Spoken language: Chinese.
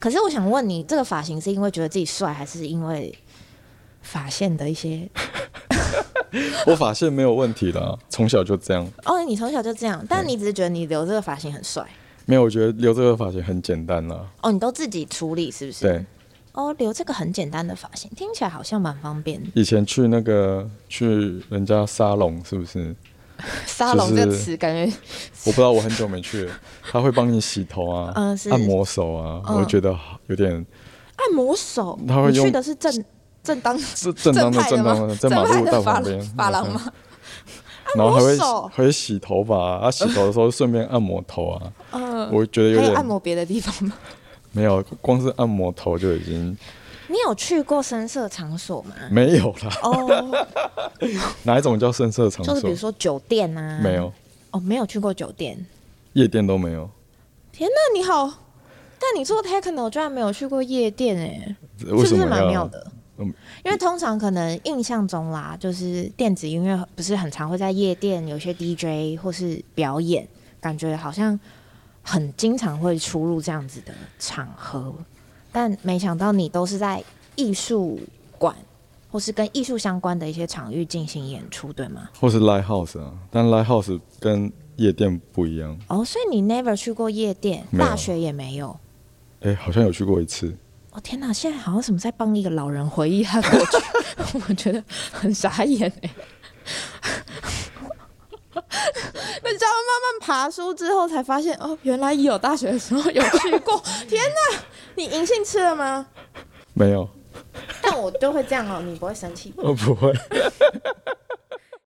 可是我想问你，这个发型是因为觉得自己帅，还是因为发线的一些？ 我发现没有问题啦，从小就这样。哦，你从小就这样，但你只是觉得你留这个发型很帅。没有，我觉得留这个发型很简单啦。哦，你都自己处理是不是？。对，哦，留这个很简单的发型，听起来好像蛮方便的。以前去那个去人家沙龙，是不是？沙龙这个词感觉，我不知道，我很久没 去了。他会帮你洗头啊，嗯是按摩手啊，嗯我觉得有点按摩啊手，他会你去用的是正正当正正当的派正吗当 的，在马派路的道发旁边发廊吗？？ 然后还按摩手会还会洗头发啊，啊洗头的时候顺便按摩头啊，嗯，我觉得有还有按点摩别的地方吗？没有，光是按摩头就已经你有去过深色场所吗？没有 啦。哦，哪一种叫深色场就是比所如？说酒店啊，没有，哦，没有去过酒店。夜店都没有。天哪，你好！但你做 techno 居然没有去过夜店哎、为是什不么是蛮要？妙的？嗯因为通常可能印象中啦，就是电子音乐不是很常会在夜店有些 DJ 或是表演，感觉好像很经常会出入这样子的场合，但没想到你都是在艺术馆或是跟艺术相关的一些场域进行演出，对吗？或是 live house 啊，但 live house 跟夜店不一样。哦，所以你 never 去过夜店，没有大学也没有。哎、好像有去过一次，哦天哪！现在好像什么在帮一个老人回忆他的过 去，我觉得很傻眼 哎。那这样慢慢爬书之后，才发现哦，原来有大学的时候有去 过。天哪！你银杏吃了吗？没有，但我就会这样哦，你不会生气。我不会。